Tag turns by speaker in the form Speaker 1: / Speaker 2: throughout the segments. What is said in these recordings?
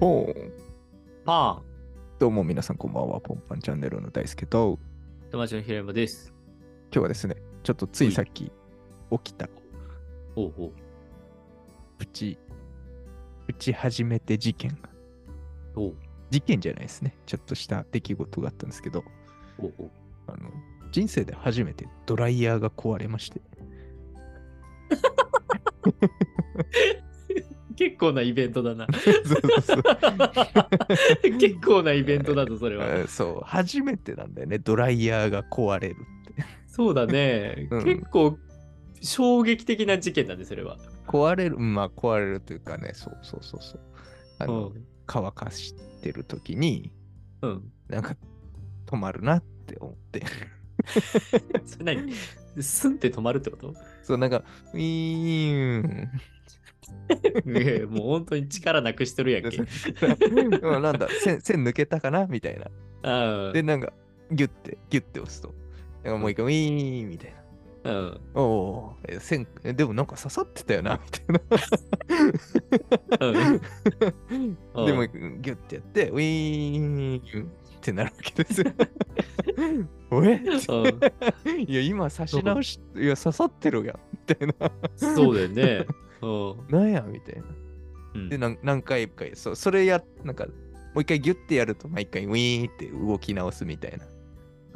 Speaker 1: ポーン。
Speaker 2: パ
Speaker 1: どうも皆さんこんばんは、ポンパンチャンネルの大輔と、
Speaker 2: ン友達の平山です。
Speaker 1: 今日はですね、ちょっとついさっき起きた
Speaker 2: おうおう。
Speaker 1: プチ、プチ始めて事件が、
Speaker 2: おう
Speaker 1: 事件じゃないですね、ちょっとした出来事があったんですけど、
Speaker 2: おうおう。
Speaker 1: あの、人生で初めてドライヤーが壊れまして、
Speaker 2: 結構なイベントだ な。
Speaker 1: そうそうそう
Speaker 2: 結構なイベントだぞ、それ
Speaker 1: う
Speaker 2: は。
Speaker 1: ん そう、初めてなんだよね、ドライヤーが壊れるって。
Speaker 2: そうだね。
Speaker 1: うん
Speaker 2: 結構衝撃的な事件だね、それは。
Speaker 1: 壊れる、うんまあ壊れるというかね、そうそうそうそう。あ
Speaker 2: う
Speaker 1: の、
Speaker 2: ん。
Speaker 1: 乾かしてる時に、
Speaker 2: うん。
Speaker 1: なんか止まるなって思って。
Speaker 2: それ何スンって止まるってこと
Speaker 1: そう、なんか、ウィーン。
Speaker 2: いやいやもう本当に力なくしてるやんけ。
Speaker 1: うんなんだ、線線抜けたかなみたいな。
Speaker 2: あ
Speaker 1: で、なんか、ギュッて、ギュッて押すと。なんかもう一回、ウィーンみたいな。
Speaker 2: あ。うん。
Speaker 1: おおー、え線、えでもなんか刺さってたよな、みたいな。
Speaker 2: うんうん
Speaker 1: でも、ギュッてやって、ウィーンってなるわけ ですよ。おえ
Speaker 2: うん
Speaker 1: いや、今刺し直し、いや、刺さってるやん、みたいな。
Speaker 2: そうだよね。うん
Speaker 1: なんや、みたいな。
Speaker 2: うん
Speaker 1: で、なん何回かそう、それや、なんか、もう一回ギュッてやると、毎回ウィーンって動き直すみたいな。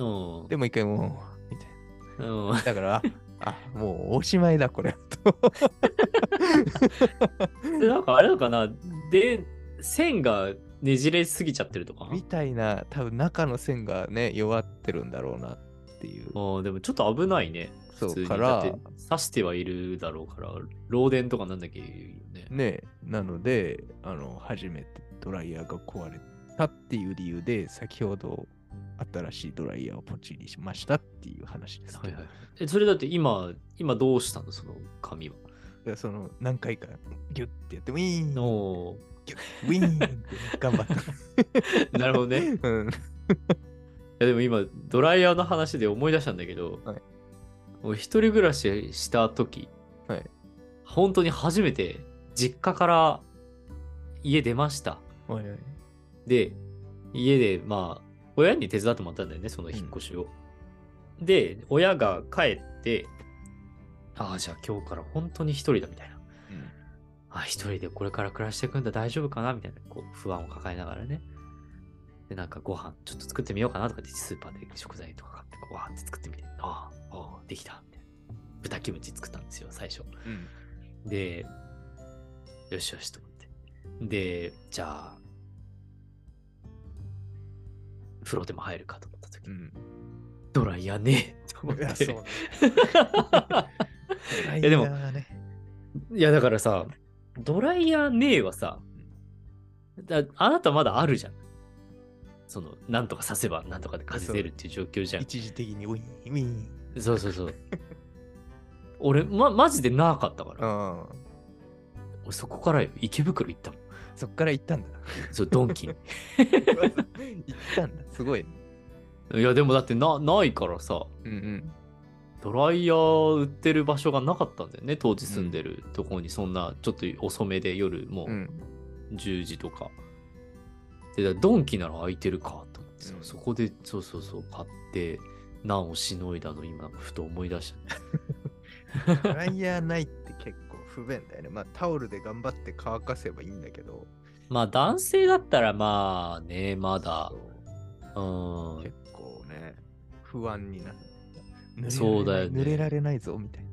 Speaker 2: うん。
Speaker 1: でもう一回もう、みたい
Speaker 2: うん
Speaker 1: な。だから、あ、もうおしまいだ、これ。と。
Speaker 2: でなんかあれなのかなで、線がねじれすぎちゃってるとか。
Speaker 1: みたいな、多分中の線がね、弱ってるんだろうなっていう。
Speaker 2: ああ、でもちょっと危ないね。
Speaker 1: そ
Speaker 2: 普通
Speaker 1: う
Speaker 2: に
Speaker 1: か
Speaker 2: だ
Speaker 1: ら
Speaker 2: って、刺してはいるだろうから、漏電とかなんだっけ言うよね。
Speaker 1: ね、なので、あの、初めてドライヤーが壊れたっていう理由で、先ほど、新しいドライヤーをポチりしましたっていう話です
Speaker 2: は
Speaker 1: け
Speaker 2: い
Speaker 1: ど、
Speaker 2: はい。え、それだって今、今どうしたのその紙は。
Speaker 1: だからその何回かギュッてやってウィーン
Speaker 2: お
Speaker 1: ウィーンって頑張った。
Speaker 2: ー なるほど ね。い
Speaker 1: うん。
Speaker 2: やでも今、ドライヤーの話で思い出したんだけど、
Speaker 1: はい
Speaker 2: 俺一人暮らしした時、
Speaker 1: はい
Speaker 2: 本当に初めて実家から家出ました。
Speaker 1: おいおい。
Speaker 2: で、家で、まあ、親に手伝ってもらったんだよね、その引っ越しを。で、親が帰って、ああ、じゃあ今日から本当に一人だみたいな。ああ、一人でこれから暮らしていくんだ、大丈夫かなみたいな、こう、不安を抱えながらね。で、なんかご飯ちょっと作ってみようかなとかって、スーパーで食材とか買って、ご飯って作ってみて、ああ、ああできた、みたいな。豚キムチ作ったんですよ、最初。
Speaker 1: うん。
Speaker 2: で、よしよしと思って。で、じゃあ、風呂でも入るかと思った時、
Speaker 1: うん。
Speaker 2: ドライヤーねえと思っ
Speaker 1: いや、
Speaker 2: て。
Speaker 1: そう
Speaker 2: い
Speaker 1: ね。
Speaker 2: や、
Speaker 1: い
Speaker 2: やでも
Speaker 1: ね、
Speaker 2: だからさ、ドライヤーねえはさ、だあなたまだあるじゃん。その、なんとかさせば、なんとかで風出るっていう状況じゃん。
Speaker 1: 一時的にウィーン、ウィーン。
Speaker 2: そうそうそう。俺、ま、マジでなかったから。
Speaker 1: ああ。
Speaker 2: 俺そこからよ池袋行ったもん。
Speaker 1: そっから行ったんだ。
Speaker 2: そう、ドンキに。
Speaker 1: 行ったんだ。すごい。
Speaker 2: いやでもだってなないからさ
Speaker 1: うんうん。
Speaker 2: ドライヤー売ってる場所がなかったんだよね当時住んでるところにそんなちょっと遅めで夜も
Speaker 1: う。
Speaker 2: うん10時とか、でだからドンキなら空いてるかと思ってさ、
Speaker 1: うん
Speaker 2: そこでそうそうそう買って難をしのいだの今ふと思い出した
Speaker 1: ドライヤーないって結構不便だよね。まあタオルで頑張って乾かせばいいんだけど。
Speaker 2: まあ男性だったらまあねまだ
Speaker 1: そう
Speaker 2: うん
Speaker 1: 結構ね、不安になる。濡れられない
Speaker 2: そうだよね
Speaker 1: 濡れられないぞみたいな。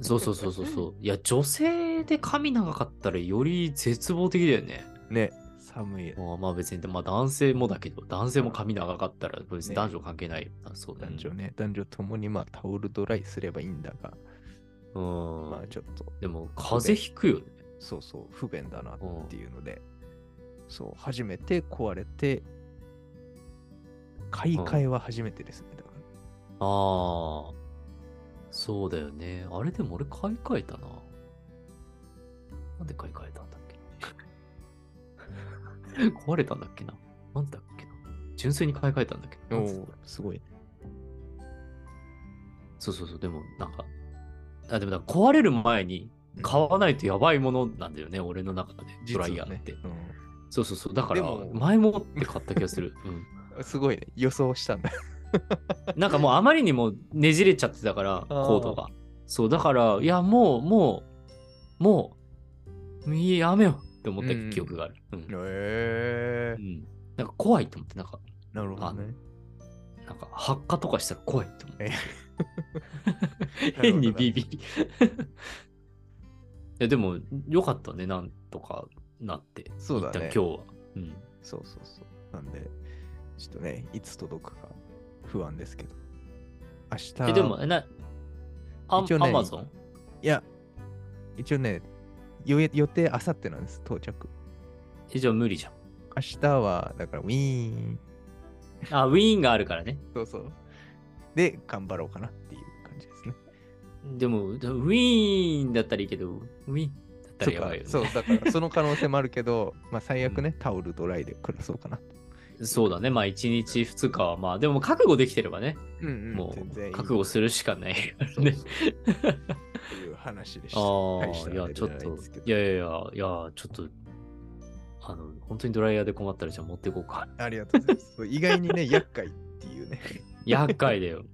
Speaker 2: そうそうそうそう そういや女性で髪長かったらより絶望的だよね
Speaker 1: ね、寒い。
Speaker 2: まあまあ別に、まあ男性もだけど、男性も髪長かったら別に
Speaker 1: ね
Speaker 2: 男女関係ない。あそうだよ
Speaker 1: 男
Speaker 2: ね
Speaker 1: 女ね、男女ともにまあタオルドライすればいいんだが、
Speaker 2: うん。
Speaker 1: まあちょっと、
Speaker 2: でも風邪ひくよね。
Speaker 1: そうそう、不便だなっていうので、そう、初めて壊れて、買い替えは初めてですね。だから
Speaker 2: ああ。そうだよね。あれでも俺買い替えたな。なんで買い替えたんだっ けな。壊れたんだっけな。なんだっけな。純粋に買い替えたんだっけど。なんつった
Speaker 1: おーすごい。
Speaker 2: そうそうそう。でもなんか、あ、でもなんか壊れる前に買わないとやばいものなんだよね。俺の中で。ドライヤーって。
Speaker 1: 実はね
Speaker 2: そうそうそう。だから
Speaker 1: でも、
Speaker 2: 前もって買った気がする。うん
Speaker 1: すごいね。予想したんだ。
Speaker 2: なんかもうあまりにもねじれちゃってたから、
Speaker 1: あー
Speaker 2: コードが。そう、だから、いや、もう、もう、もう、いいやめようって思った記憶がある。うん。
Speaker 1: へえ
Speaker 2: うんなんか怖いと思って、なんか、
Speaker 1: なるほどね。
Speaker 2: なんか発火とかしたら怖いと 思って
Speaker 1: え。
Speaker 2: 変にビビり。い や、でも、よかったね、なんとかなって。
Speaker 1: そうだね
Speaker 2: 一旦今日は。うん。
Speaker 1: そうそうそう。なんで、ちょっとね、いつ届くか不安ですけど。明日、
Speaker 2: え、でも、えな、ア
Speaker 1: 一応ね
Speaker 2: アマゾン
Speaker 1: いや、一応ね、予約予定あさってなんです、到着。
Speaker 2: え、じゃあ無理じゃん。
Speaker 1: 明日は、だからウィーン。
Speaker 2: あ、ウィーンがあるからね。
Speaker 1: そうそう。で、頑張ろうかなっていう感じですね。
Speaker 2: でも、でもウィーンだったらいいけど、ウィーンだったらやばいよね。
Speaker 1: そうかそう、だからその可能性もあるけど、 まあ最悪ね、タオルドライで暮らそうかな。
Speaker 2: そうだね。まあ、1日2日は、まあ、でも覚悟できてればね、
Speaker 1: うんうん
Speaker 2: も
Speaker 1: 全然いうい
Speaker 2: 覚悟するしかないから
Speaker 1: そう
Speaker 2: ね。
Speaker 1: そうそうっていう話でした。
Speaker 2: ああ、
Speaker 1: 大した
Speaker 2: い
Speaker 1: レベ
Speaker 2: や、
Speaker 1: ル
Speaker 2: ち
Speaker 1: じ
Speaker 2: ょ
Speaker 1: ゃ
Speaker 2: っ
Speaker 1: な
Speaker 2: と
Speaker 1: ですけ、ど
Speaker 2: いやいやいや、いや、ちょっと、あの、本当にドライヤーで困ったら、じゃあ持っていこう か。
Speaker 1: ありがとうございます。そう意外にね、厄介っていう ね。
Speaker 2: 厄介だよ。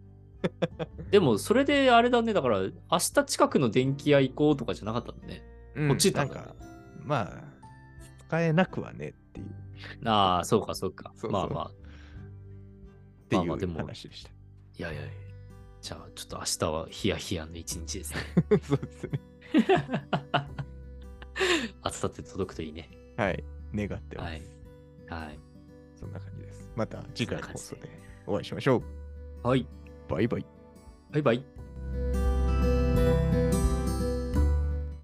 Speaker 2: でも、それであれだね、だから、明日近くの電気屋行こうとかじゃなかったんだね。
Speaker 1: うん
Speaker 2: こっち行
Speaker 1: な
Speaker 2: っ
Speaker 1: ん
Speaker 2: たんだね
Speaker 1: か、まあ、使えなくはねっていう
Speaker 2: ああ、そうか、そうか。
Speaker 1: そうそう
Speaker 2: まあまあ、
Speaker 1: って
Speaker 2: まあまあで
Speaker 1: いう
Speaker 2: も
Speaker 1: 話でした。
Speaker 2: いやいやいや。じゃあ、ちょっと明日はヒヤヒヤの一日 ですね。
Speaker 1: そうですね。
Speaker 2: 暑さって届くといいね。
Speaker 1: はい。願ってます。
Speaker 2: はい。はい。
Speaker 1: そんな感じです。また次回の放送
Speaker 2: そんな
Speaker 1: でお会いしましょう。
Speaker 2: はい。
Speaker 1: バイバイ。
Speaker 2: バイバイ。